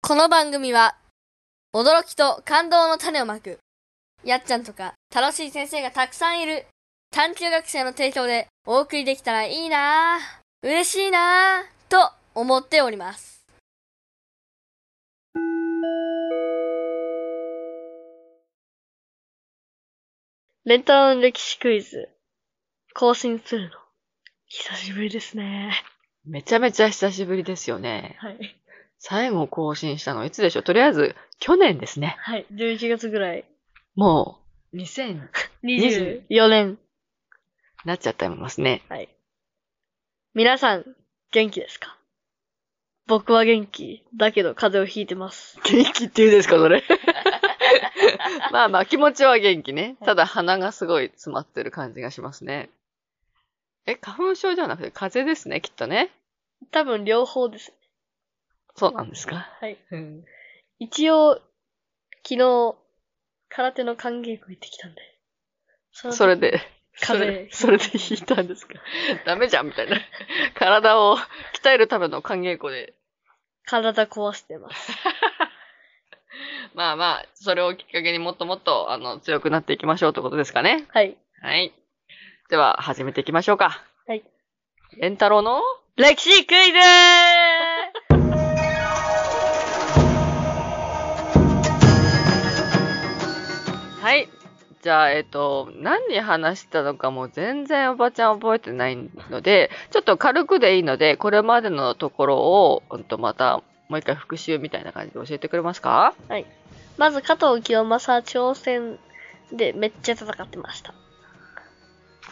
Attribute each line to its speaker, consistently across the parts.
Speaker 1: この番組は、驚きと感動の種をまく、やっちゃんとか楽しい先生がたくさんいる、探究学生の提供でお送りできたらいいなぁ、嬉しいなぁ、と思っております。レンタルの歴史クイズ、更新するの。久しぶりですね。
Speaker 2: めちゃめちゃ久しぶりですよね。
Speaker 1: はい。
Speaker 2: 最後更新したのいつでしょうとりあえず、去年ですね。
Speaker 1: はい。11月ぐらい。
Speaker 2: もう、2000、
Speaker 1: 24年。
Speaker 2: なっちゃってますね。
Speaker 1: はい。皆さん、元気ですか僕は元気。だけど風邪をひいてます。
Speaker 2: 元気って言うんですか、 それ。まあまあ、気持ちは元気ね。ただ鼻がすごい詰まってる感じがしますね。え、花粉症じゃなくて風邪ですね、きっとね。
Speaker 1: 多分両方です。
Speaker 2: そうなんですか。
Speaker 1: はい。
Speaker 2: うん。
Speaker 1: 一応、昨日、空手の歓迎会行ってきたんで。その
Speaker 2: それで、そ
Speaker 1: 風
Speaker 2: れ
Speaker 1: 邪
Speaker 2: それで引いたんですか。ダメじゃん、みたいな。体を鍛えるための歓迎校で。
Speaker 1: 体壊してます。
Speaker 2: まあまあ、それをきっかけにもっともっと、あの、強くなっていきましょうってことですかね。
Speaker 1: はい。
Speaker 2: はい。では、始めていきましょうか。
Speaker 1: はい。
Speaker 2: レンタロウの
Speaker 1: 歴史クイズ
Speaker 2: はい。じゃあ、えっと、何に話したのかもう全然おばちゃん覚えてないので、ちょっと軽くでいいので、これまでのところを、うんと、また、もう一回復習みたいな感じで教えてくれますか
Speaker 1: まず、加藤清正は朝鮮でめっちゃ戦ってました。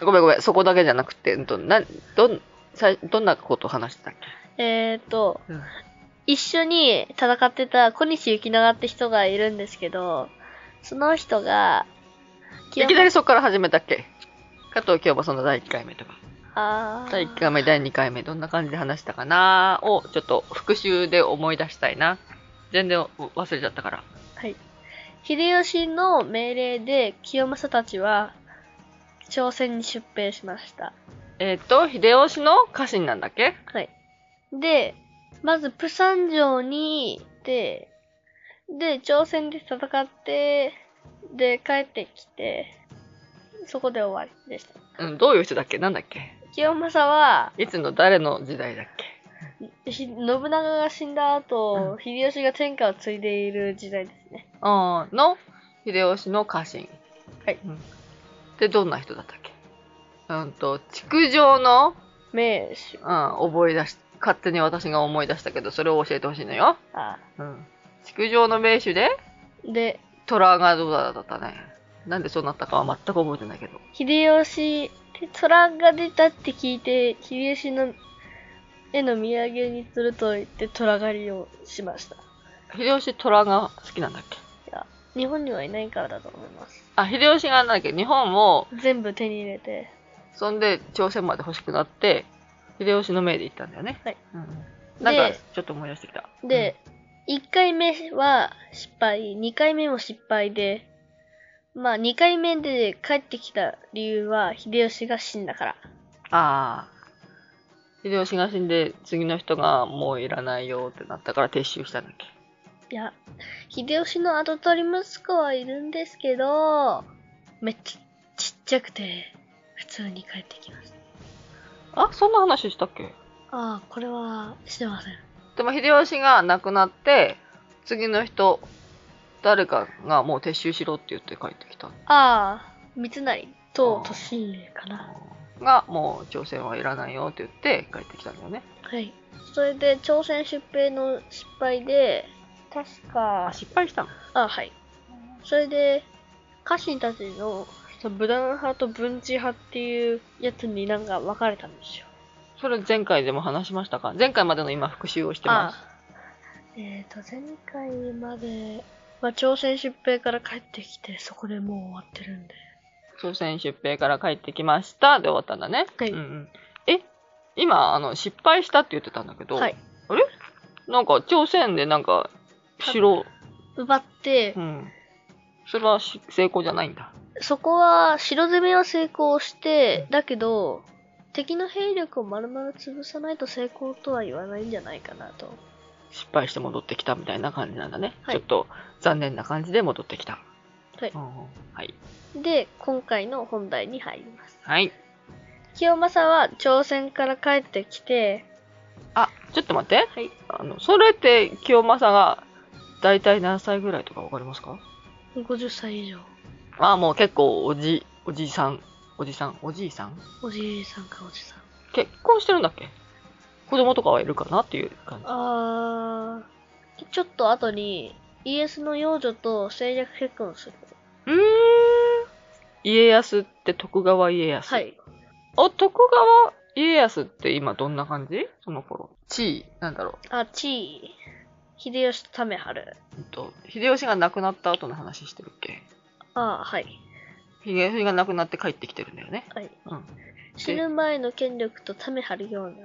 Speaker 2: ごめんごめん、そこだけじゃなくて、うんと、な、どん、さいどんなことを話してたっ
Speaker 1: えーと、
Speaker 2: け、
Speaker 1: 一緒に戦ってた小西行長って人がいるんですけど、その人が、
Speaker 2: いきなりそこから始めたっけ加藤清正の第1回目とか。
Speaker 1: あー
Speaker 2: 第1回目、第2回目、どんな感じで話したかなを、ちょっと復習で思い出したいな。全然お忘れちゃったから。
Speaker 1: はい。秀吉の命令で清正たちは朝鮮に出兵しました。
Speaker 2: えっ、と、秀吉の家臣なんだっけ
Speaker 1: はい。で、まずプサン城に行って、で、朝鮮で戦って、で、帰ってきて、そこで終わりでした。
Speaker 2: うん、どういう人だっけなんだっけ
Speaker 1: 清正は、
Speaker 2: いつの誰の時代だっけ
Speaker 1: ひ信長が死んだ後、
Speaker 2: う
Speaker 1: 秀吉が天下を継いでいる時代ですね。
Speaker 2: あーの、秀吉の家臣。
Speaker 1: はい
Speaker 2: うんで、どんな人だったっけうんと、築城の、
Speaker 1: 名手
Speaker 2: うん、。覚え出し、勝手に私が思い出したけど、それを教えてほしいのよ。
Speaker 1: あ
Speaker 2: うん。築城の名手で、
Speaker 1: で、
Speaker 2: 虎がどうだったね。なんでそうなったかは全く覚えてないけど。
Speaker 1: 秀吉、で虎が出たって聞いて、秀吉の絵の土産にすると言って虎狩りをしました。
Speaker 2: 秀吉虎が好きなんだっけ
Speaker 1: 日本にはいないからだと思います。
Speaker 2: あ、秀吉がなんだっけ日本を、
Speaker 1: 全部手に入れて、
Speaker 2: そんで朝鮮まで欲しくなって、秀吉の命で行ったんだよね。
Speaker 1: はい。
Speaker 2: うん。なんか
Speaker 1: で、
Speaker 2: ちょっと思い出してきた。
Speaker 1: で、1回目は失敗、2回目も失敗で、まあ2回目で帰ってきた理由は秀吉が死んだから。
Speaker 2: うん、ああ。秀吉が死んで、次の人がもういらないよってなったから撤収したんだっけ
Speaker 1: いや、秀吉の跡取り息子はいるんですけど、めっちゃちっちゃくて、普通に帰ってきました。
Speaker 2: あ、そんな話したっけ
Speaker 1: ああ、これはしてません。
Speaker 2: でも秀吉が亡くなって、次の人、誰かがもう撤収しろって言って帰ってきた。
Speaker 1: ああ、三成と利家かな。
Speaker 2: が、もう朝鮮はいらないよって言って帰ってきたんだよね。
Speaker 1: はい。それで、朝鮮出兵の失敗で、確か
Speaker 2: あ、、失敗したの
Speaker 1: あはい。それで、家臣たちの、その武断派と文治派っていうやつになんか分かれたんですよ。
Speaker 2: それ前回でも話しましたか前回までの今復習をしてます。
Speaker 1: あえっ、と、前回までは朝鮮出兵から帰ってきて、そこでもう終わってるんで。
Speaker 2: 朝鮮出兵から帰ってきましたで終わったんだね。
Speaker 1: はい
Speaker 2: うんうん、え今あの失敗したって言ってたんだけど、
Speaker 1: はい。
Speaker 2: なんか朝鮮でなんか城、
Speaker 1: 奪って
Speaker 2: う、ん、それはし成功じゃないんだ。
Speaker 1: そこは城攻めは成功して、だけど、敵の兵力を丸々潰さないと成功とは言わないんじゃないかなと。
Speaker 2: 失敗して戻ってきたみたいな感じなんだね。
Speaker 1: はい
Speaker 2: ちょっと残念な感じで戻ってきた。
Speaker 1: はい
Speaker 2: うんうんはい。
Speaker 1: で、今回の本題に入ります。
Speaker 2: はい。
Speaker 1: 清正は朝鮮から帰ってきて、
Speaker 2: あ、ちょっと待って。
Speaker 1: はい。
Speaker 2: あの、それって清正が大体何歳ぐらいとかわかりますか
Speaker 1: 50歳以上。
Speaker 2: あ、もう結構おじ、おじさん、おじさん、おじいさん
Speaker 1: おじいさんかおじさん。
Speaker 2: 結婚してるんだっけ子供とかはいるかなっていう感じ。
Speaker 1: あー、ちょっと後に、イエスの幼女と政略結婚する。
Speaker 2: うーん。家康って徳川家康。
Speaker 1: はい。
Speaker 2: あ、徳川家康って今どんな感じその頃。地位、なんだろ
Speaker 1: あ、地位。秀吉為春。
Speaker 2: う。うんと、秀吉が亡くなった後の話してるっけ
Speaker 1: あー、はい。
Speaker 2: 秀吉が亡くなって帰ってきてるんだよね。
Speaker 1: はい。
Speaker 2: うん。
Speaker 1: 死ぬ前の権力と為張るような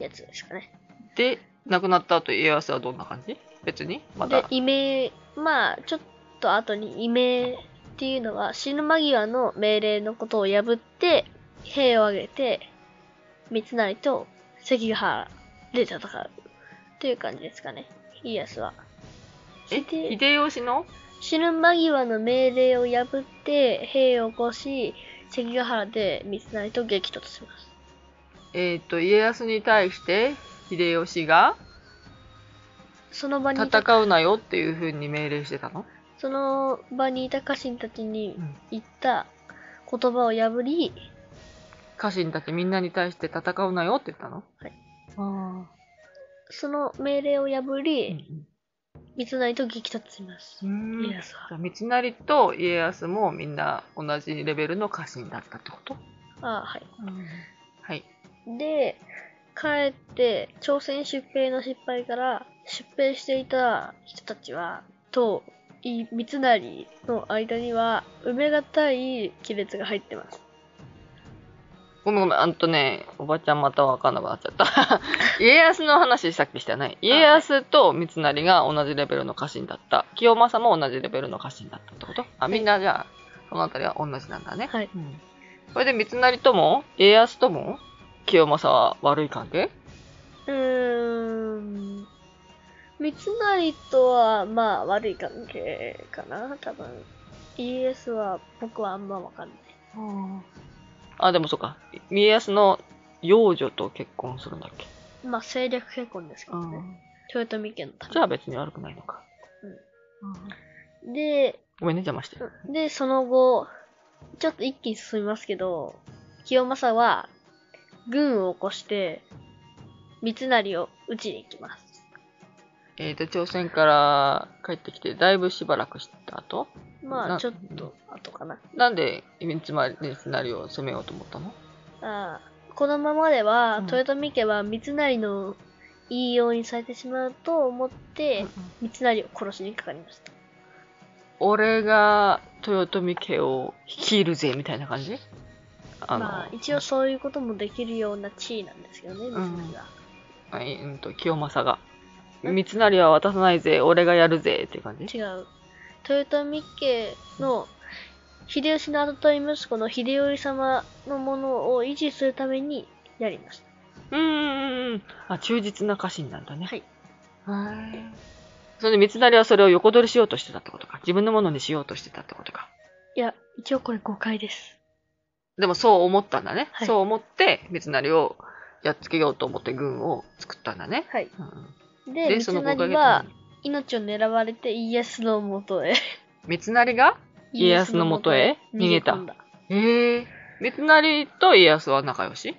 Speaker 1: やつですかね。
Speaker 2: で、亡くなった後家康はどんな感じ別にま
Speaker 1: で
Speaker 2: た、。
Speaker 1: 異名、まあ、ちょっと後に異名っていうのは死ぬ間際の命令のことを破って、兵を挙げて、三成と関ヶ原で戦う。という感じですかね。家康は。
Speaker 2: え、
Speaker 1: で
Speaker 2: 秀吉の
Speaker 1: 死ぬ間際の命令を破って、兵を起こし、関ヶ原で三成と激突します。
Speaker 2: えっ、と、家康に対して、秀吉が
Speaker 1: その場にいた、
Speaker 2: 戦うなよっていう風に命令してたの
Speaker 1: その場にいた家臣たちに
Speaker 2: うん
Speaker 1: 言った言葉を破り、
Speaker 2: 家臣たちみんなに対して戦うなよって言ったの
Speaker 1: はい。
Speaker 2: あ
Speaker 1: その命令を破
Speaker 2: あ。
Speaker 1: り、三成と激突します。
Speaker 2: うん
Speaker 1: 家
Speaker 2: じゃ
Speaker 1: 康
Speaker 2: あ
Speaker 1: は。
Speaker 2: 道成と家康もみんな同じレベルの家臣だったってこと
Speaker 1: あは
Speaker 2: はい。
Speaker 1: い。で、帰って、朝鮮出兵の失敗から、出兵していた人たちは、と、い三成の間には、埋めがたい亀裂が入ってます。
Speaker 2: ごめんごめん、あんとね、おばちゃんまたわかんなくなっちゃった。 家康の話さっきしたね。家康と三成が同じレベルの家臣だった。清正も同じレベルの家臣だったってことあ、みんなじゃあ、そのあたりは同じなんだね。
Speaker 1: はい。
Speaker 2: うん。これで三成とも、家康とも、清正は悪い関係
Speaker 1: うーん。三成とは、まあ、悪い関係かな、多分。家康は、僕はあんまわかんない。
Speaker 2: あ、でもそうか。家康の養女と結婚するんだっけ
Speaker 1: まあ、政略結婚ですけどね。豊臣家のため
Speaker 2: じゃあ別に悪くないのか。
Speaker 1: で、
Speaker 2: ごめんね、邪魔して。
Speaker 1: で、その後、ちょっと一気に進みますけど、清正は、軍を起こして、三成を討ちに行きます。
Speaker 2: えっ、と、朝鮮から帰ってきて、だいぶしばらくした後
Speaker 1: ま
Speaker 2: な
Speaker 1: あ、ちょっと後かな。
Speaker 2: なんで、三成を攻めようと思ったの
Speaker 1: あーこのままでは、
Speaker 2: うん
Speaker 1: 豊臣家は三成のいいようにされてしまうと思って、三成を殺しにかかりました。
Speaker 2: 俺が豊臣家を率いるぜ、みたいな感じあ
Speaker 1: まあ、一応そういうこともできるような地位なんですけどね、三成は。
Speaker 2: はい、うんと、清正が。三成は渡さないぜ、俺がやるぜ、っていう感じ
Speaker 1: 違う豊臣家の秀吉の跡取り息子の秀頼様のものを維持するためにやりまし
Speaker 2: うんうんうん。あ、忠実な家臣なんだね。
Speaker 1: はい。
Speaker 2: はい。それで三成はそれを横取りしようとしてたってことか。自分のものにしようとしてたってことか。
Speaker 1: たいや一応これ誤解です
Speaker 2: でもそう思ったんだね。
Speaker 1: はい
Speaker 2: そう思って、三成をやっつけようと思って軍を作ったんだね。
Speaker 1: はい
Speaker 2: うんうん
Speaker 1: で
Speaker 2: で、その
Speaker 1: 三
Speaker 2: 5ヶ
Speaker 1: 成
Speaker 2: 月
Speaker 1: は
Speaker 2: 後に
Speaker 1: 命を狙われて家康のもとへ
Speaker 2: 三成が家康のもとへ逃げた
Speaker 1: 逃げ込んだ
Speaker 2: へえ。三成と家康は仲良し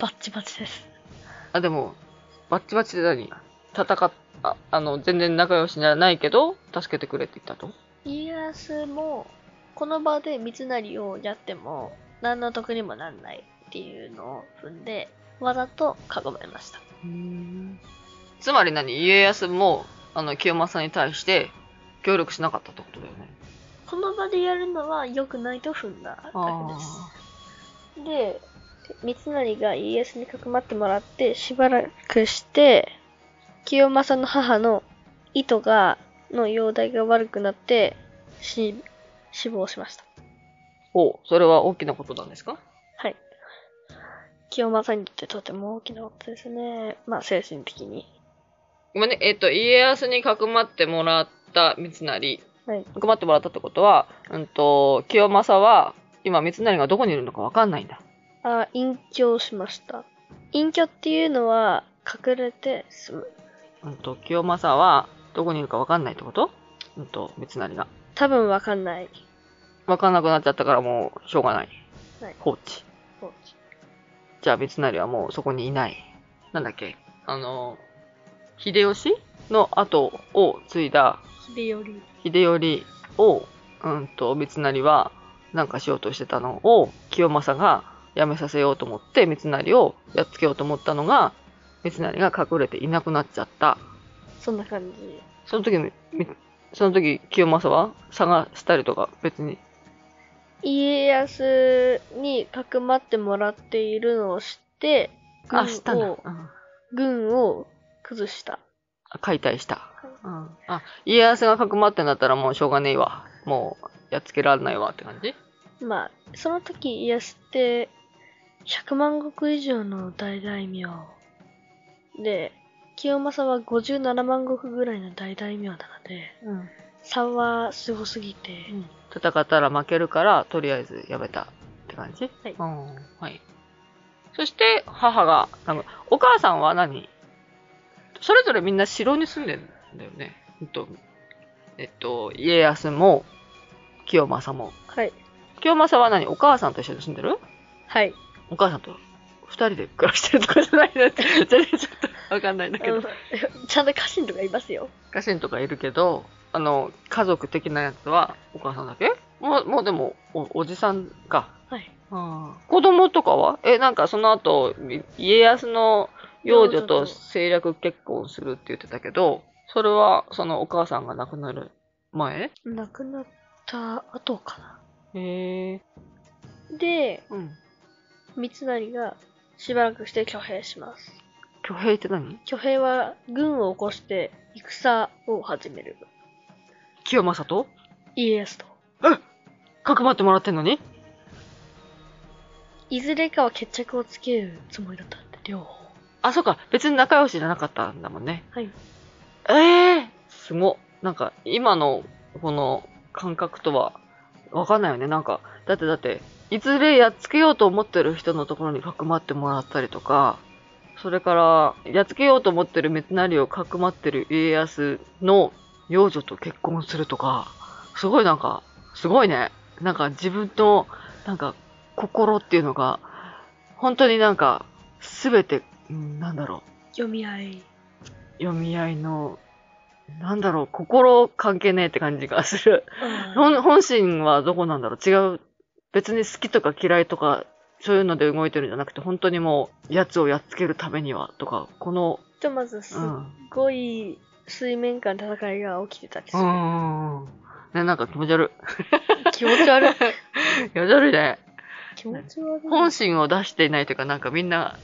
Speaker 1: バッチバチです
Speaker 2: あ、でも、バッチバチで何戦っ、ああの、全然仲良しじゃないけど、助けてくれって言ったと。
Speaker 1: 家康もこの場で三成をやっても何の得にもなんないっていうのを踏んでわざとかごめました
Speaker 2: つまり何家康も、あの、清正に対して協力しなかったってことだよね。
Speaker 1: この場でやるのは良くないと踏んだだけですで、三成が家康にかくまってもらって、しばらくして、清正の母の糸が、の容体が悪くなって、し、死亡しました。
Speaker 2: おそれは大きなことなんですか
Speaker 1: はい。清正にとってとても大きなことですね。まあ、精神的に。
Speaker 2: ごめんね、えっ、と、家康にかくまってもらった三成。
Speaker 1: はい。
Speaker 2: かくまってもらったってことは、うんと、清正は、今三成がどこにいるのかわかんないんだ。
Speaker 1: あ、隠居しました。隠居っていうのは、隠れて住む。
Speaker 2: うんと、清正は、どこにいるかわかんないってことうんと、三成が。
Speaker 1: 多分わかんない。
Speaker 2: わかんなくなっちゃったからもう、しょうがない。
Speaker 1: はい
Speaker 2: 放置。じゃあ三成はもうそこにいない。なんだっけあの、秀吉の後を継いだ
Speaker 1: 秀頼。
Speaker 2: 秀頼を、うんと、三成は、なんかしようとしてたのを、清正がやめさせようと思って、三成をやっつけようと思ったのが、三成が隠れていなくなっちゃった。
Speaker 1: そんな感じ。
Speaker 2: その時み、みその時、清正は探したりとか別に。
Speaker 1: 家康にかくまってもらっているのを知って、
Speaker 2: あ、したな。う
Speaker 1: 軍
Speaker 2: ん
Speaker 1: を、軍を崩した。
Speaker 2: あ解体した。うん。あ、家康がかくまってんだったらもうしょうがねえわ。もう、やっつけられないわって感じ
Speaker 1: まあ、その時家康って、100万石以上の大大名。で、清正は57万石ぐらいの大大名なので、
Speaker 2: うん。
Speaker 1: 差はすごすぎて、
Speaker 2: 戦ったら負けるから、とりあえずやめたって感じ
Speaker 1: はい
Speaker 2: うん。はい。そして、母が、なんかお母さんは何それぞれみんな城に住んでるんだよね。えっと、えっと、家康も、清正も。
Speaker 1: はい。
Speaker 2: 清正は何お母さんと一緒に住んでる
Speaker 1: はい。
Speaker 2: お母さんと二人で暮らしてるとかじゃない なって、全然ちょっとわかんないんだけ
Speaker 1: あ
Speaker 2: ど
Speaker 1: の。ちゃんと 家臣とかいますよ。
Speaker 2: 家臣とかいるけど、あの、家族的なやつはお母さんだけもう、もうでも、おおじさんか。
Speaker 1: はい。
Speaker 2: 子供とかはえ、なんかその後、い家康の養女と
Speaker 1: 養女と
Speaker 2: 政略結婚するって言ってたけど、それはそのお母さんが亡くなる前
Speaker 1: 亡くなった後か
Speaker 2: へえ。
Speaker 1: な。で、
Speaker 2: うん。
Speaker 1: 三成がしばらくして挙兵します。
Speaker 2: 挙兵って何
Speaker 1: 挙兵は軍を起こして戦を始める。
Speaker 2: 清正と
Speaker 1: 家康と。
Speaker 2: かくまってもらってんのに
Speaker 1: いずれかは決着をつけるつもりだったんで、両方。
Speaker 2: あ、そうか。別に仲良しじゃなかったんだもんね。
Speaker 1: はい。
Speaker 2: ええすごっ。なんか、今の、この、感覚とは、わかんないよね。なんか、だってだって、いずれやっつけようと思ってる人のところにかくまってもらったりとか、それから、やっつけようと思ってる三成をかくまってる家康の養女と結婚するとか、すごいなんか、すごいね。なんか自分の、なんか、心っていうのが、本当になんか、すべて、うんなんだろう。
Speaker 1: 読み合い。
Speaker 2: 読み合いの、なんだろう、心関係ねえって感じがする。
Speaker 1: うん
Speaker 2: 本本心はどこなんだろう違う。別に好きとか嫌いとか、そういうので動いてるんじゃなくて、本当にもう、奴をやっつけるためには、とか、この、
Speaker 1: ひとまずす
Speaker 2: う
Speaker 1: っ
Speaker 2: ん。
Speaker 1: ごい水面下の戦いが起きてたりす
Speaker 2: う
Speaker 1: る。
Speaker 2: んうんうん。ね、なんか気持ち悪
Speaker 1: 気持ち悪 い。
Speaker 2: い。気持ち悪いね。
Speaker 1: 気持ち悪い。
Speaker 2: 本心を出していないというか、なんかみんな、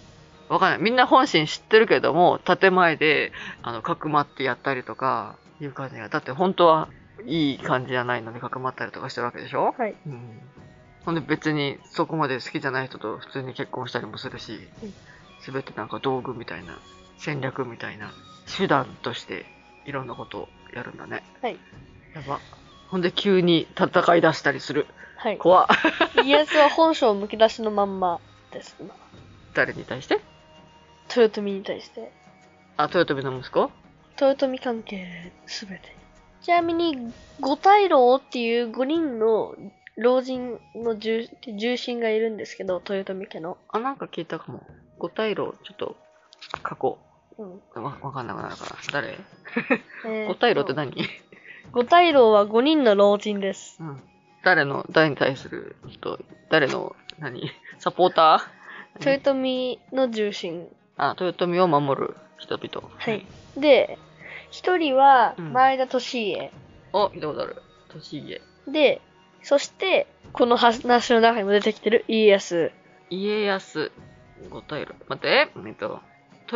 Speaker 2: わかんない。みんな本心知ってるけども、建前で、あの、かくまってやったりとか、いう感じが。だって本当はいい感じじゃないのにかくまったりとかしてるわけでしょ
Speaker 1: はい。
Speaker 2: うん。ほんで別にそこまで好きじゃない人と普通に結婚したりもするし
Speaker 1: うん、
Speaker 2: すべてなんか道具みたいな、戦略みたいな、手段としていろんなことをやるんだね。
Speaker 1: はい。
Speaker 2: やば。ほんで急に戦い出したりする。
Speaker 1: はい。
Speaker 2: 怖っ
Speaker 1: 家康は本性をむき出しのまんまです。今
Speaker 2: 誰に対して
Speaker 1: 豊臣に対して。
Speaker 2: あ、豊臣の息子
Speaker 1: 豊臣関係すべて。ちなみに、五大老っていう5人の老人の重重臣がいるんですけど、豊臣家の。
Speaker 2: あ、なんか聞いたかも。五大老、ちょっと、過去、
Speaker 1: うん。
Speaker 2: わわかんなくなるから。誰
Speaker 1: えー
Speaker 2: 五大老って何
Speaker 1: 五大老は5人の老人です。
Speaker 2: うん。誰の、誰に対する、ちょっと、誰の、何サポーター何
Speaker 1: 豊臣の重臣。
Speaker 2: あ、豊臣を守る人々。
Speaker 1: はい。で、一人は
Speaker 2: うん
Speaker 1: 前田利家。
Speaker 2: お、見たことある。利家。
Speaker 1: で、そして、この話の中にも出てきてる家康。
Speaker 2: 家康、五大老。待って、えっと、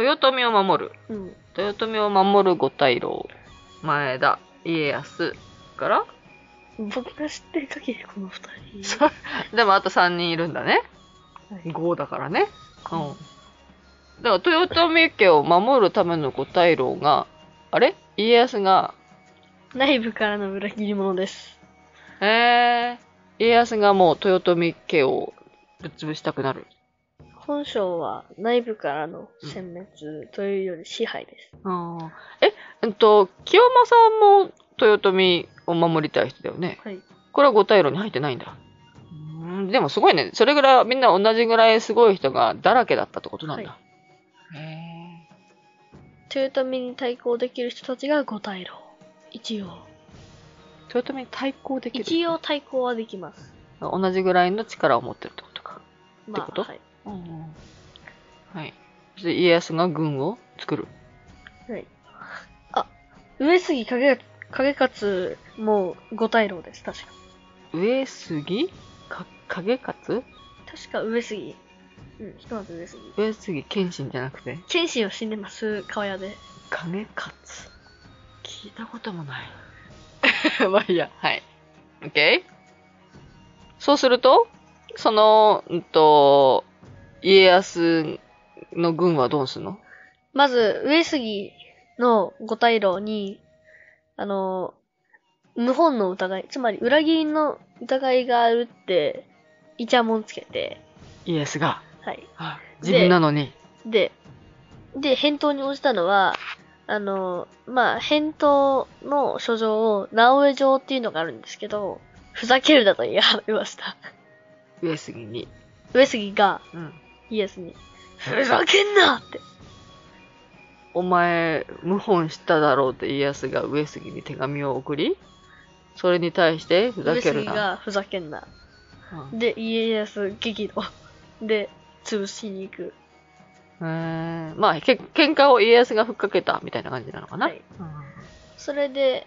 Speaker 2: 豊臣を守る。
Speaker 1: うん。
Speaker 2: 豊臣を守る五大老。前田、家康。から
Speaker 1: 僕が知ってる限りこの二人。
Speaker 2: そうでもあと3人いるんだね。
Speaker 1: はい
Speaker 2: 5だからね。うん。だから豊臣家を守るための五大老があれ家康が、
Speaker 1: 内部からの裏切り者です。
Speaker 2: えー、家康がもう豊臣家をぶっ潰したくなる。
Speaker 1: 本省は内部からの殲滅というより支配です。
Speaker 2: あーえ、うんと、清正も豊臣を守りたい人だよね。
Speaker 1: はい。
Speaker 2: これは五大路に入ってないんだ。うーんでもすごいね。それぐらい、みんな同じぐらいすごい人がだらけだったってことなんだ。へ
Speaker 1: 豊臣に対抗できる人たちが五大老。一応。
Speaker 2: ー豊臣に対抗できる。
Speaker 1: 一応対抗はできます。
Speaker 2: 同じぐらいの力を持ってるってことか。
Speaker 1: まあ、
Speaker 2: ってこと
Speaker 1: はい。
Speaker 2: はい。そして家康が軍を作る。
Speaker 1: はい。あ、上杉景景勝も五大老です、確か。
Speaker 2: 上杉か影勝
Speaker 1: 確か上杉。うん、ひとまず上杉。
Speaker 2: 上杉謙信じゃなくて
Speaker 1: 謙信は死んでます、川屋で。
Speaker 2: 影勝聞いたこともない まあいいやはい OK そうするとそのうんと家康の軍はどうすんの
Speaker 1: まず、上杉の五大老に、あの、無本の疑い、つまり裏切りの疑いがあるって、イチャモンつけて、
Speaker 2: 家康が
Speaker 1: はい。
Speaker 2: あ
Speaker 1: で
Speaker 2: 自分なのに
Speaker 1: で、で、返答に応じたのは、あの、まあ、返答の書状を、直江状っていうのがあるんですけど、ふざけるだと言い張りました。
Speaker 2: 上杉に、
Speaker 1: 上杉が
Speaker 2: うん、
Speaker 1: イエスに、ふざけんなって。
Speaker 2: お前謀反しただろうって家康が上杉に手紙を送りそれに対してふざ
Speaker 1: 上
Speaker 2: ける
Speaker 1: 杉
Speaker 2: な、
Speaker 1: がふざけんな。
Speaker 2: うん
Speaker 1: で、家康激怒。で、潰しに行く。
Speaker 2: えーまあけ喧嘩を家康がふっかけたみたいな感じなのかな、
Speaker 1: はいそれで、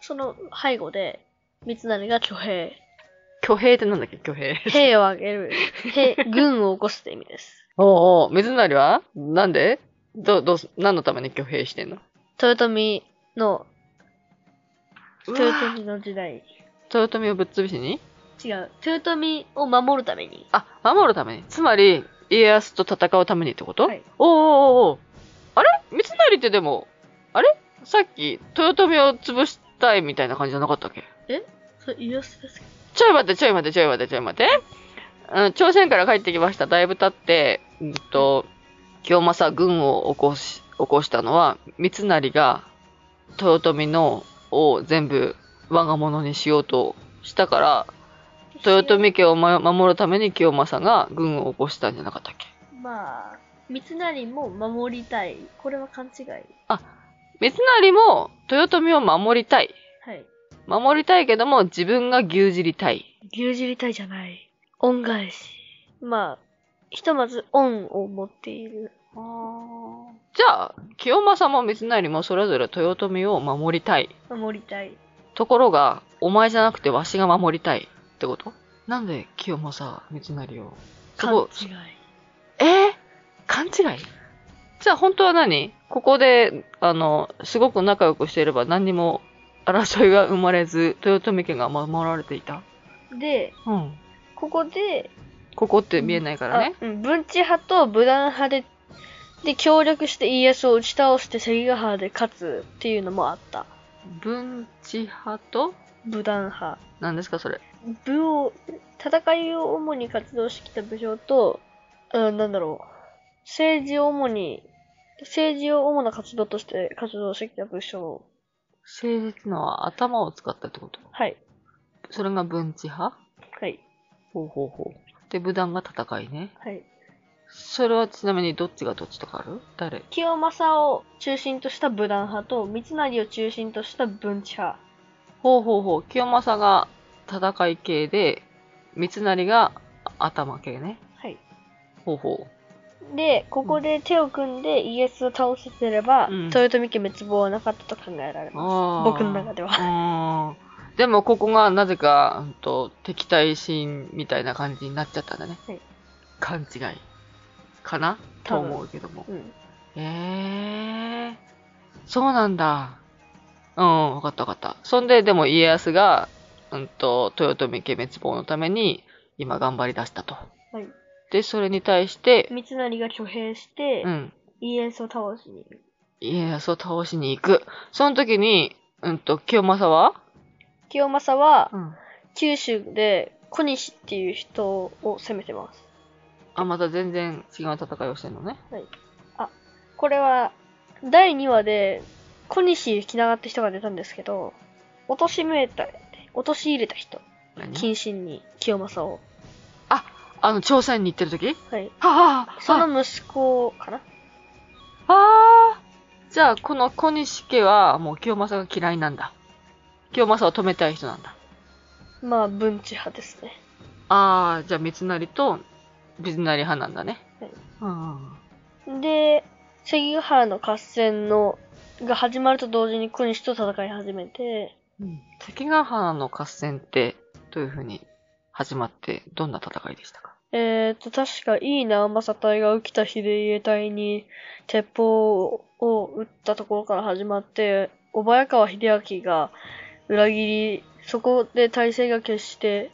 Speaker 1: その背後で、三成が挙兵。
Speaker 2: 挙兵ってなんだっけ挙兵。
Speaker 1: 兵を挙げる。兵、軍を起こすって意味です。
Speaker 2: おうおう、水成はなんでど、どうす、何のために挙兵してんの
Speaker 1: 豊臣の、豊
Speaker 2: 豊臣
Speaker 1: 臣の時代。
Speaker 2: 豊臣をぶっ潰しに
Speaker 1: 違う。豊臣を守るために。
Speaker 2: あ、守るために。つまり、家康と戦うためにってこと、
Speaker 1: はい
Speaker 2: おうおうおうおうあれ三成ってでも、あれさっき、豊臣を潰したいみたいな感じじゃなかったっけ
Speaker 1: それ、家康ですか
Speaker 2: ちょい待って、ちょい待って、ちょい待って、ちょい待って。うん、朝鮮から帰ってきました。だいぶ経って、うんと、清正軍を起こし、起こしたのは、三成が、豊臣の、を全部、我が物にしようとしたから、豊臣家を、ま、守るために清正が軍を起こしたんじゃなかったっけ
Speaker 1: まあ、三成も守りたい。これは勘違い。
Speaker 2: 三成も、豊臣を守りたい。
Speaker 1: はい。
Speaker 2: 守りたいけども、自分が牛耳りたい。
Speaker 1: 牛耳りたいじゃない。恩返し。まあ、ひとまず恩を持っている。
Speaker 2: じゃあ、清正も三成もそれぞれ豊臣を守りたい。
Speaker 1: 守りたい。
Speaker 2: ところが、お前じゃなくてわしが守りたいってことなんで清正、三成を。す
Speaker 1: 勘
Speaker 2: ごい
Speaker 1: 違い。
Speaker 2: えー、勘違いじゃあ本当は何ここで、あの、すごく仲良くしていれば何にも争いが生まれず、豊臣家が守られていた
Speaker 1: で、
Speaker 2: うん。
Speaker 1: ここで、
Speaker 2: ここって見えないからね。
Speaker 1: あうん、文治派と武断派で、で、協力して家康を打ち倒して関ヶ原で勝つっていうのもあった。
Speaker 2: 文治派と、
Speaker 1: 武断派。
Speaker 2: 何ですかそれ。
Speaker 1: 武を、戦いを主に活動してきた武将と、うん、なんだろう。政治を主に、政治を主な活動として活動してきた武将。
Speaker 2: 政治ってのは頭を使ったってこと
Speaker 1: はい。
Speaker 2: それが文治派
Speaker 1: はい。
Speaker 2: ほうほうほう。で、武断が戦いね。
Speaker 1: はい。
Speaker 2: それはちなみにどっちがどっちとかある誰
Speaker 1: 清正を中心とした武断派と、三成を中心とした文治派。
Speaker 2: ほうほうほう。清正が戦い系で、三成が頭系ね。
Speaker 1: はい。
Speaker 2: ほうほ
Speaker 1: で、ここで手を組んで家康を倒せてれば、
Speaker 2: うん
Speaker 1: 豊臣家滅亡はなかったと考えられます。
Speaker 2: う。あー
Speaker 1: 僕の中では。
Speaker 2: うーん。でもここがなぜか、うんと、敵対心みたいな感じになっちゃったんだね。
Speaker 1: はい
Speaker 2: 勘違い。かなと
Speaker 1: 多分
Speaker 2: 思うけども。
Speaker 1: うん。
Speaker 2: ええそうなんだ。うん、わかったわかった。そんで、でも家康が、うんと、豊臣家滅亡のために、今頑張り出したと。
Speaker 1: はい。
Speaker 2: で、それに対して、
Speaker 1: 三成が挙兵して、
Speaker 2: うん。
Speaker 1: 家康を倒しに行く。
Speaker 2: 家康を倒しに行く。その時に、うんと、清正は
Speaker 1: 清正は、
Speaker 2: ん。
Speaker 1: 九州で小西っていう人を攻めてます。
Speaker 2: あ、また全然違う戦いをしてるのね。
Speaker 1: これは、第2話で、小西行長って人が出たんですけど、貶としめた、貶とし入れた人、
Speaker 2: 何
Speaker 1: 謹慎に清正を。
Speaker 2: あの、調査員に行ってる時
Speaker 1: はい。
Speaker 2: はあ、
Speaker 1: そ
Speaker 2: あ
Speaker 1: の息子かな
Speaker 2: あーじゃあ、この小西家は、もう清正が嫌いなんだ。清正を止めたい人なんだ。
Speaker 1: まあ、文治派ですね。
Speaker 2: ああ、じゃあ、三成と、水成派なんだね。
Speaker 1: はい
Speaker 2: うん。
Speaker 1: で、関ヶ原の合戦の、が始まると同時に小西と戦い始めて、
Speaker 2: うん関ヶ原の合戦って、どういうふうに始まって、どんな戦いでしたか
Speaker 1: えーと、確か、いい直政隊が浮田秀家隊に鉄砲を撃ったところから始まって、小早川秀明が裏切り、そこで体制が決して、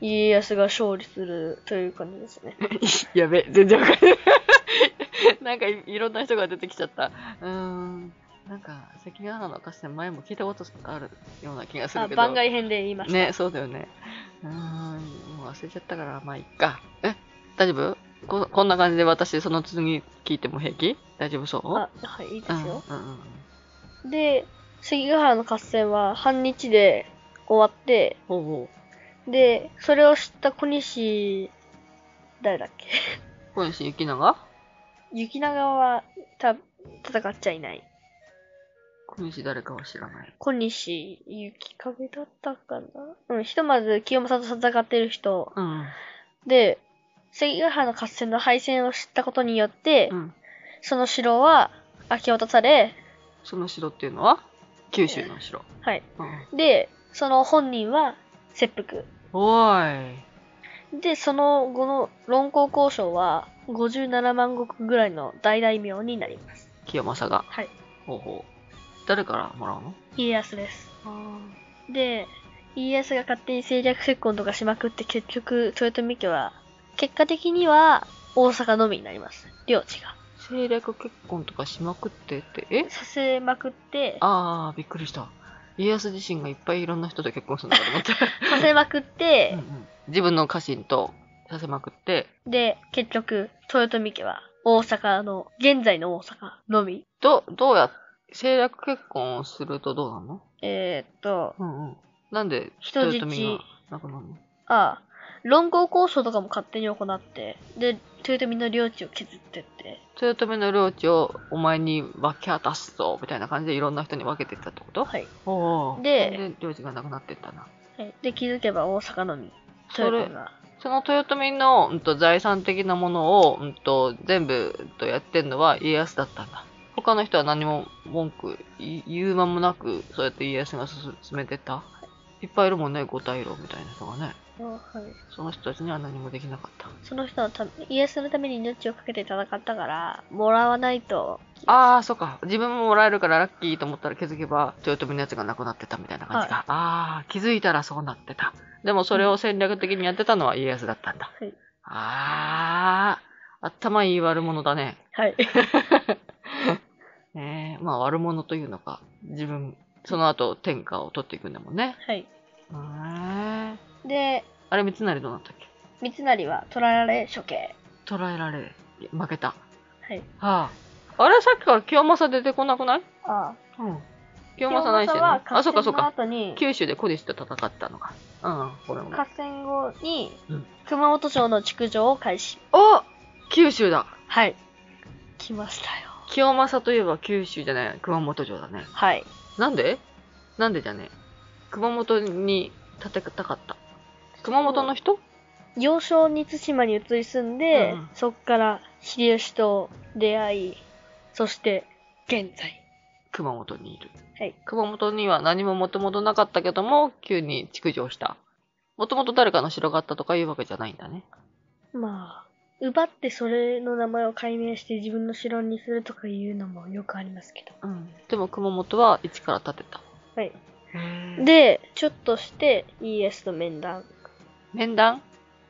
Speaker 1: 家康が勝利するという感じですね。
Speaker 2: やべ、全然わかんない。 なんかい、いろんな人が出てきちゃった。うーん。なんか、関ヶ原の合戦前も聞いたことあるような気がす
Speaker 1: あ、
Speaker 2: るけど。
Speaker 1: 番外編で言いました。
Speaker 2: ね、そうだよね。うーん、もう忘れちゃったから、まあ、いっか。え、大丈夫ここんな感じで私、その次聞いても平気大丈夫そう
Speaker 1: あ、はい、いいで
Speaker 2: うん、
Speaker 1: すよ。
Speaker 2: うんうん。
Speaker 1: で、関ヶ原の合戦は半日で終わって、
Speaker 2: ほうほ
Speaker 1: で、それを知った小西、誰だっけ
Speaker 2: う。小西行長
Speaker 1: 雪長はた戦っちゃいない。
Speaker 2: 小西誰かは知らない。
Speaker 1: 小西雪影だったかなうん、ひとまず清正と戦ってる人。
Speaker 2: うん。
Speaker 1: で、関ヶ原の合戦の敗戦を知ったことによって、
Speaker 2: うん。
Speaker 1: その城は明け渡され、
Speaker 2: その城っていうのは九州の城。
Speaker 1: はい。
Speaker 2: うん。
Speaker 1: で、その本人は切腹。
Speaker 2: おーい。
Speaker 1: で、その後の論考交渉は57万石ぐらいの大大名になります。
Speaker 2: 清正が。
Speaker 1: はい。
Speaker 2: ほうほう。誰からもらうの
Speaker 1: 家康です。
Speaker 2: あ
Speaker 1: で、家康が勝手に政略結婚とかしまくって結局、豊臣家は、結果的には大阪のみになります。領地が。
Speaker 2: 政略結婚とかしまくってって、え
Speaker 1: させまくって、
Speaker 2: ああ、びっくりした。家康自身がいっぱいいろんな人と結婚するのかと思って。
Speaker 1: させまくって
Speaker 2: うんう、ん自分の家臣とさせまくって、
Speaker 1: で、結局、豊臣家は大阪の、現在の大阪のみ。
Speaker 2: ど、どうや、政略結婚をするとどうなの
Speaker 1: えーっと、
Speaker 2: うんうん。なんで、
Speaker 1: 人質
Speaker 2: 豊臣が亡くなるの
Speaker 1: ああ、論考交渉とかも勝手に行って、で、豊臣の領地を削ってって、
Speaker 2: 豊臣の領地をお前に分け渡すぞ、みたいな感じでいろんな人に分けていったってこと
Speaker 1: はい。
Speaker 2: おー
Speaker 1: で
Speaker 2: それ領地がなくなってったな。
Speaker 1: はいで、気づけば大阪のみ。
Speaker 2: そ
Speaker 1: 豊
Speaker 2: れ
Speaker 1: 臣、が。
Speaker 2: その豊臣の、うん、と財産的なものを、うん、と全部、うん、とやってんのは家康だったんだ。他の人は何も文句い言う間もなく、そうやって家康が進進めてった。いっぱいいるもんね、五大老みたいな人がね。
Speaker 1: あはい。
Speaker 2: その人たちには何もできなかった。
Speaker 1: その人のため、家康のために命をかけて戦ったから、もらわないと。
Speaker 2: ああ、そっか。自分ももらえるからラッキーと思ったら気づけば、豊臣のやつがなくなってたみたいな感じか。ああ、気づいたらそうなってた。でもそれを戦略的にやってたのは家康だったんだ。
Speaker 1: はい。
Speaker 2: ああ、頭いい悪者だね。
Speaker 1: はい。
Speaker 2: ねえ、まあ悪者というのか、自分、その後天下を取っていくんだもんね。
Speaker 1: はい。
Speaker 2: へえ
Speaker 1: で、
Speaker 2: あれ、三成どうなったっけ
Speaker 1: 三成は捕らえられ処刑。
Speaker 2: 捕らえられ、負けた。
Speaker 1: はい。
Speaker 2: はあ。あれ、さっきから清正出てこなくない
Speaker 1: ああ。
Speaker 2: うん。清正何してん
Speaker 1: 清は
Speaker 2: のあ、
Speaker 1: 合
Speaker 2: そっかそ
Speaker 1: 戦
Speaker 2: っ
Speaker 1: の
Speaker 2: か。
Speaker 1: 後に、
Speaker 2: 九州で小西と戦ったのか。うん、ごめんごめん
Speaker 1: 合。戦後に
Speaker 2: うん、
Speaker 1: 熊本城の築城を開始。
Speaker 2: お九州だ
Speaker 1: はい。来ましたよ。
Speaker 2: 清正といえば九州じゃない、熊本城だね。
Speaker 1: はい。
Speaker 2: なんでなんでじゃねえ熊本に建てたかった。熊本の人
Speaker 1: 幼少に対馬に移り住んで、
Speaker 2: うん
Speaker 1: そっから秀吉と出会い、そして、現在。
Speaker 2: 熊本にいる。
Speaker 1: はい。
Speaker 2: 熊本には何ももともとなかったけども、急に築城した。もともと誰かの城があったとかいうわけじゃないんだね。
Speaker 1: まあ、奪ってそれの名前を改名して自分の城にするとかいうのもよくありますけど。
Speaker 2: うん。でも熊本は一から建てた。
Speaker 1: はい。
Speaker 2: で、
Speaker 1: で、ちょっとして、家康と面談。
Speaker 2: 面談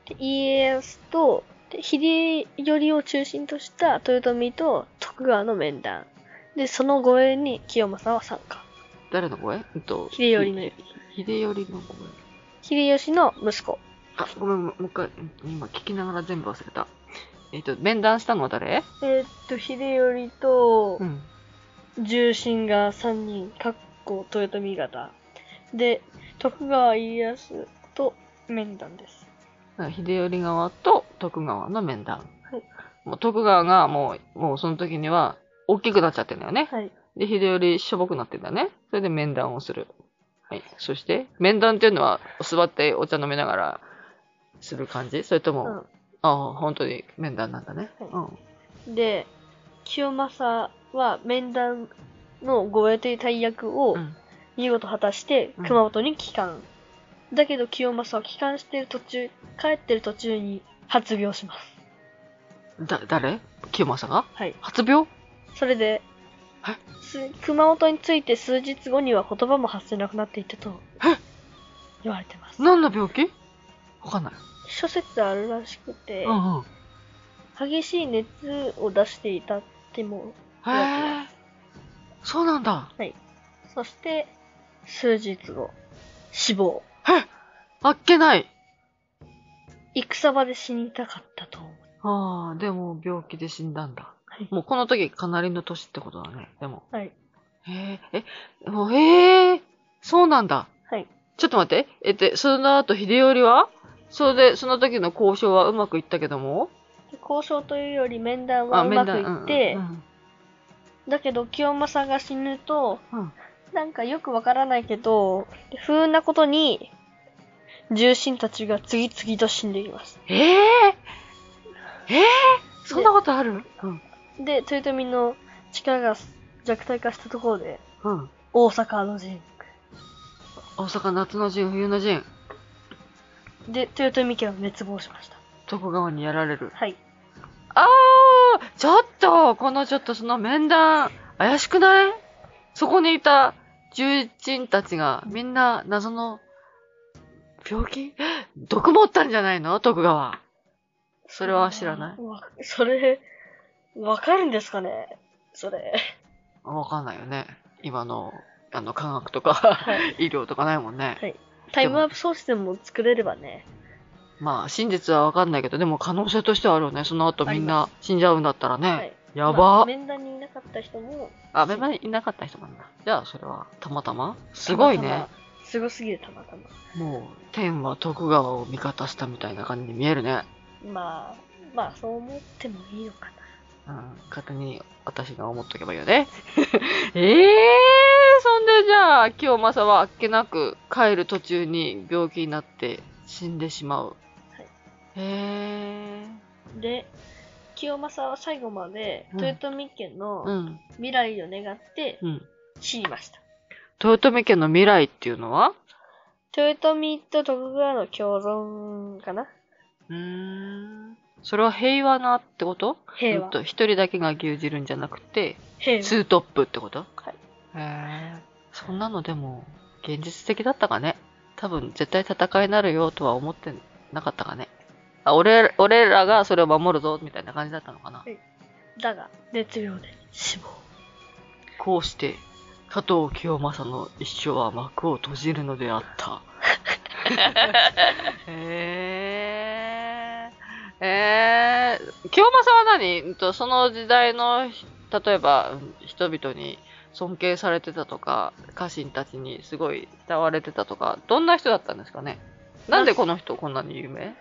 Speaker 1: で家康と、で秀頼を中心とした豊臣と徳川の面談。で、その護衛に清正は参加。
Speaker 2: 誰の声うんと。
Speaker 1: 秀頼のよ。
Speaker 2: ひ秀頼の声。
Speaker 1: 秀吉の息子。
Speaker 2: あ、ごめん、もう一回、うん今聞きながら全部忘れた。えっ、と、面談したのは誰
Speaker 1: えーっと、秀頼と、
Speaker 2: ん。
Speaker 1: 重臣が3人、かっこ豊臣方。で、徳川家康と面談です。
Speaker 2: 秀頼側と徳川の面談。
Speaker 1: はい
Speaker 2: もう徳川がもう、もうその時には大きくなっちゃってんだよね。
Speaker 1: はい。
Speaker 2: で、秀頼しょぼくなってんだね。それで面談をする。はい。そして、面談っていうのは座ってお茶飲みながらする感じそれとも、
Speaker 1: うん
Speaker 2: ああ、本当に面談なんだね。
Speaker 1: はい
Speaker 2: うん。
Speaker 1: で、清正は面談の護衛という大役を
Speaker 2: うん
Speaker 1: 見事果たして
Speaker 2: うん
Speaker 1: 熊本に帰還。だけど清正は帰還してる途中、帰ってる途中に発病します。
Speaker 2: だ、誰清正が
Speaker 1: はい。
Speaker 2: 発病
Speaker 1: それで
Speaker 2: え、
Speaker 1: す熊本に着いて数日後には言葉も発せなくなっていたと
Speaker 2: え
Speaker 1: 言われてます。
Speaker 2: 何の病気わかんない。
Speaker 1: 諸説あるらしくて、
Speaker 2: うんうん。
Speaker 1: 激しい熱を出していたっても、
Speaker 2: へえ。そうなんだ。
Speaker 1: そして数日後、死亡。
Speaker 2: あっけない。
Speaker 1: 戦場で死にたかったと思う。
Speaker 2: ああ、でも病気で死んだんだ。
Speaker 1: はい
Speaker 2: もうこの時かなりの年ってことだね。でも。
Speaker 1: はい。
Speaker 2: へえ、え、もうへえ、そうなんだ。
Speaker 1: はい。
Speaker 2: ちょっと待って。えって、その後、秀頼はそれで、その時の交渉はうまくいったけども
Speaker 1: 交渉というより面談はうまくいって、だけど清正が死ぬと、
Speaker 2: うん
Speaker 1: なんかよくわからないけど、不運なことに、重臣たちが次々と死んでいきます。
Speaker 2: ええええそんなことあるうん。
Speaker 1: で、豊臣の力が弱体化したところで、
Speaker 2: うん。
Speaker 1: 大阪の陣。
Speaker 2: 大阪夏の陣、冬の陣、
Speaker 1: で、豊臣家は滅亡しました。
Speaker 2: 徳川にやられる。
Speaker 1: はい。
Speaker 2: ああちょっとこのちょっとその面談、怪しくないそこにいた重鎮たちがみんな謎の病気毒持ったんじゃないの徳川。それは知らない
Speaker 1: わそれ、わかるんですかねそれ。
Speaker 2: わかんないよね。今の、あの、科学とか、
Speaker 1: はい。
Speaker 2: 医療とかないもんね。
Speaker 1: はいタイムアップ装置でも作れればね。
Speaker 2: まあ、真実はわかんないけど、でも可能性としてはあるよね。その後みん
Speaker 1: あり
Speaker 2: な死んじゃうんだったらね。
Speaker 1: はい。
Speaker 2: や
Speaker 1: ま
Speaker 2: ば
Speaker 1: あ。面談にいなかった人も、
Speaker 2: あ、めまいなかった人なんだ。じゃあ、それは、たまたますごいね。
Speaker 1: たまたますごすぎるたまたま。
Speaker 2: もう、天は徳川を味方したみたいな感じに見えるね。
Speaker 1: まあ、まあ、そう思ってもいいのかな。
Speaker 2: うん、勝手に私が思っとけばいいよね。 ええー、そんでじゃあ、清正はあっけなく帰る途中に病気になって死んでしまう。
Speaker 1: はい
Speaker 2: え
Speaker 1: で、清正は最後まで、
Speaker 2: うん
Speaker 1: 豊臣家
Speaker 2: ー、う
Speaker 1: の
Speaker 2: ん、
Speaker 1: 未来を願って
Speaker 2: うん。
Speaker 1: 死にました。
Speaker 2: 豊臣家の未来っていうのは
Speaker 1: 豊臣と徳川の共存かな
Speaker 2: うーん。それは平和なってこと
Speaker 1: 平
Speaker 2: う
Speaker 1: 和
Speaker 2: ん。と一人だけが牛耳るんじゃなくて、
Speaker 1: 平
Speaker 2: ツ
Speaker 1: 和。
Speaker 2: ートップってこと
Speaker 1: はい
Speaker 2: へえ。そんなのでも、現実的だったかね多分絶対戦いになるよとは思ってなかったかねあ、俺、俺らがそれを守るぞみたいな感じだったのかな
Speaker 1: だが、熱量で死亡。
Speaker 2: こうして、加藤清正の一生は幕を閉じるのであった。へえ。えー、清正は何うんとその時代のひ、例えば、うん人々に尊敬されてたとか、家臣たちにすごい慕われてたとか、どんな人だったんですかねなんでこの人こんなに有名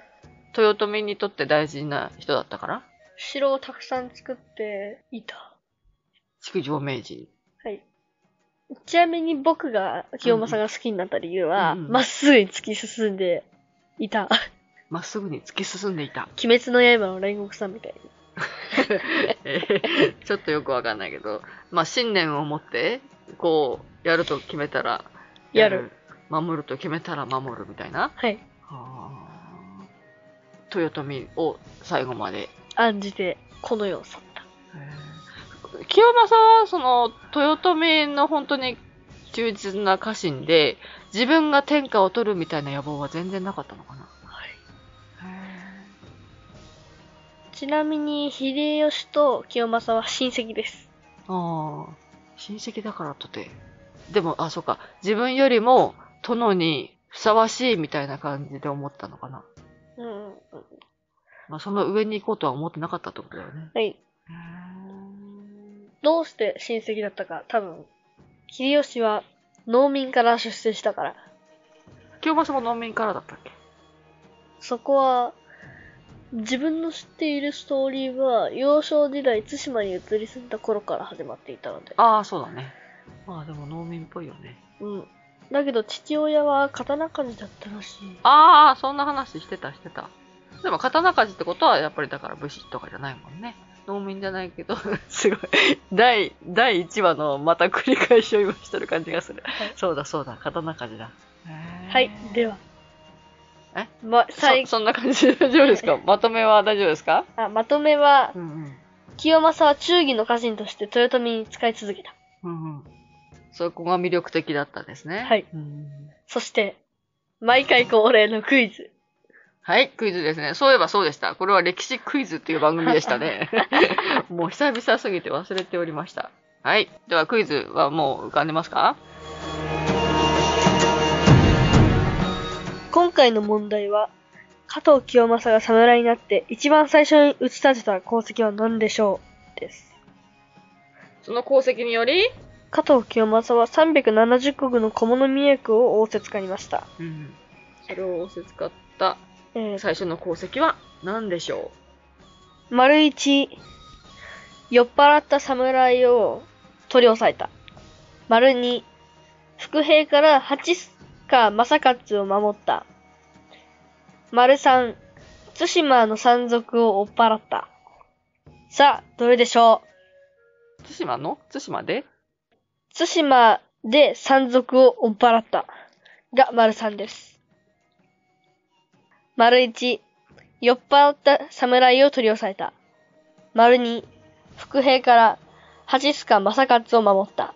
Speaker 2: 豊臣にとって大事な人だったから
Speaker 1: 城をたくさん作っていた。
Speaker 2: 築城名人。
Speaker 1: はい。ちなみに僕が清正が好きになった理由は、
Speaker 2: うんうん
Speaker 1: まっすぐに突き進んでいた。
Speaker 2: まっすぐに突き進んでいた。
Speaker 1: 鬼滅の刃の煉獄さんみたいに。
Speaker 2: え ーちょっとよくわかんないけど、まあ、信念を持って、こう、やると決めたら
Speaker 1: やる
Speaker 2: 守ると決めたら守るみたいな。
Speaker 1: はい。
Speaker 2: はー豊臣を最後まで。
Speaker 1: 案じて、この世を去った。
Speaker 2: 清正は、その、豊臣の本当に忠実な家臣で、自分が天下を取るみたいな野望は全然なかったのかな。
Speaker 1: はい。ちなみに、秀吉と清正は親戚です。
Speaker 2: ああ。親戚だからとて。でも、あ、そうか。自分よりも殿にふさわしいみたいな感じで思ったのかな。
Speaker 1: うん。
Speaker 2: まあ、その上に行こうとは思ってなかったってことだよね。
Speaker 1: はい。どうして親戚だったか、多分、秀吉は農民から出世したから、
Speaker 2: 清正も農民からだったっけ
Speaker 1: そこは、自分の知っているストーリーは、幼少時代対馬に移り住んだ頃から始まっていたので。
Speaker 2: ああ、そうだね。まあでも農民っぽいよね。
Speaker 1: うん。だけど、父親は刀鍛冶だったらしい。
Speaker 2: ああ、そんな話してた、してた。でも、刀鍛冶ってことは、やっぱりだから武士とかじゃないもんね。農民じゃないけど、 すごい。第、第1話のまた繰り返しを今してる感じがする。
Speaker 1: はい
Speaker 2: そうだ、そうだ、刀鍛冶だ。
Speaker 1: はい、では。
Speaker 2: え
Speaker 1: ま、最
Speaker 2: そ、そんな感じで大丈夫ですかまとめは大丈夫ですか
Speaker 1: あまとめは、
Speaker 2: うんうん。
Speaker 1: 清正は忠義の家臣として豊臣に仕え続けた。
Speaker 2: うんうん。そこが魅力的だったんですね。
Speaker 1: はい
Speaker 2: うん
Speaker 1: そして、毎回恒例のクイズ。
Speaker 2: はい、クイズですね。そういえばそうでした。これは歴史クイズっていう番組でした ね。もう久々すぎて忘れておりました。はい。ではクイズはもう浮かんでますか
Speaker 1: 今回の問題は、加藤清正が侍になって一番最初に打ち立てた功績は何でしょうです。
Speaker 2: その功績により、
Speaker 1: 加藤清正は370国の小物民役を仰せつかりました。
Speaker 2: うん、それを仰せつかった
Speaker 1: えー
Speaker 2: 最初の功績は何でしょ
Speaker 1: 丸1、酔っ払った侍を取り押さえた。丸2、伏兵から八塚正勝を守った。丸3、対馬の山賊を追っ払った。さあ、どれでしょ
Speaker 2: う対馬の対馬で
Speaker 1: う対馬で山賊を追っ払った。が丸3です。丸1、酔っ払った侍を取り押さえた。丸2、伏兵から八塚正勝を守った。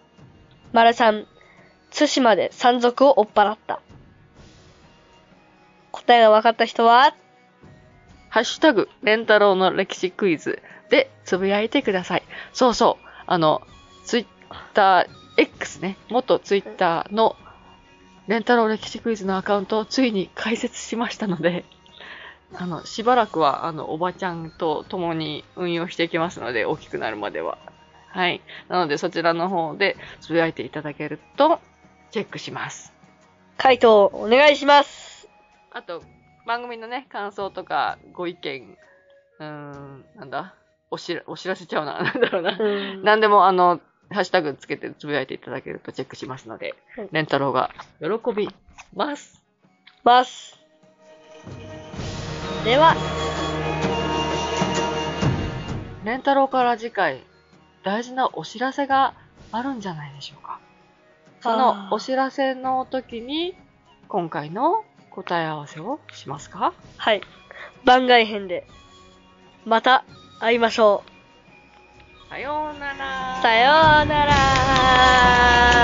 Speaker 1: 丸3、対馬で山賊を追っ払った。答えが分かった人は、
Speaker 2: ハッシュタグ、レンタロウの歴史クイズでつぶやいてください。そうそう。あの、ツイッター、X ね。元ツイッターのレンタロウ歴史クイズのアカウントをついに開設しましたので、 あの、しばらくは、あの、おばちゃんと共に運用していきますので、大きくなるまでは。はい。なので、そちらの方でつぶやいていただけると、チェックします。
Speaker 1: 回答お願いします。
Speaker 2: あと、番組のね、感想とか、ご意見、うーん、なんだ、おしら、お知らせちゃうな、なん だろうな。なんでも、あの、ハッシュタグつけてつぶやいていただけるとチェックしますので
Speaker 1: はい、
Speaker 2: レンタロウが喜びます。
Speaker 1: ます。では、
Speaker 2: レンタロウから次回、大事なお知らせがあるんじゃないでしょうか。そのお知らせの時に、今回の答え合わせをしますか
Speaker 1: はい。番外編で、また会いましょ
Speaker 2: さようなら。
Speaker 1: う。さようなら